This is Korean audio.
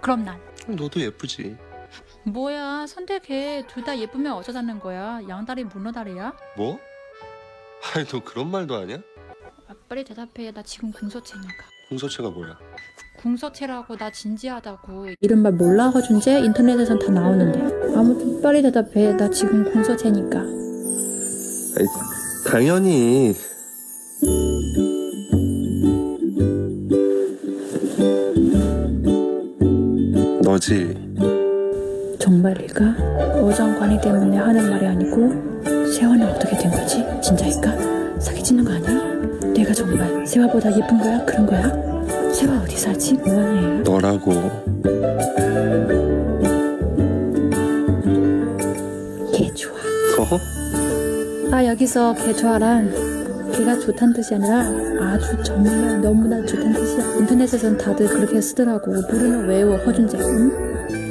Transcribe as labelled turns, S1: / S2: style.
S1: 그럼 난
S2: 그럼 음, 너도 예쁘지.
S1: 뭐야 선택해 둘 다 예쁘면 어쩌자는 거야 양다리 문어다리야?
S2: 뭐? 아니 너 그런 말도 아냐?
S1: 아, 빨리 대답해 나 지금 궁서체니까
S2: 공서체가 뭐야?
S1: 궁서체라고 나 진지하다고 이런 말 몰라 허준재 인터넷에선 다 나오는데 아무튼 빨리 대답해 나 지금 궁서체니까
S2: 당연히 너지.
S1: 정말일까? 오정관이 때문에 하는 말이 아니고 세화는 어떻게 된 거지? 진짜일까? 사기치는 거 아니야? 내가 정말 세화보다 예쁜 거야? 그런 거야? 세화 어디 사지? 뭐하는 애야?
S2: 너라고.
S1: 개 좋아
S2: 너?
S1: 아 여기서 개 좋아란 개가 좋단 뜻이 아니라 아주 정말 너무나 좋단 뜻이야 인터넷에선 다들 그렇게 쓰더라고 모르면 외워 허준재 응?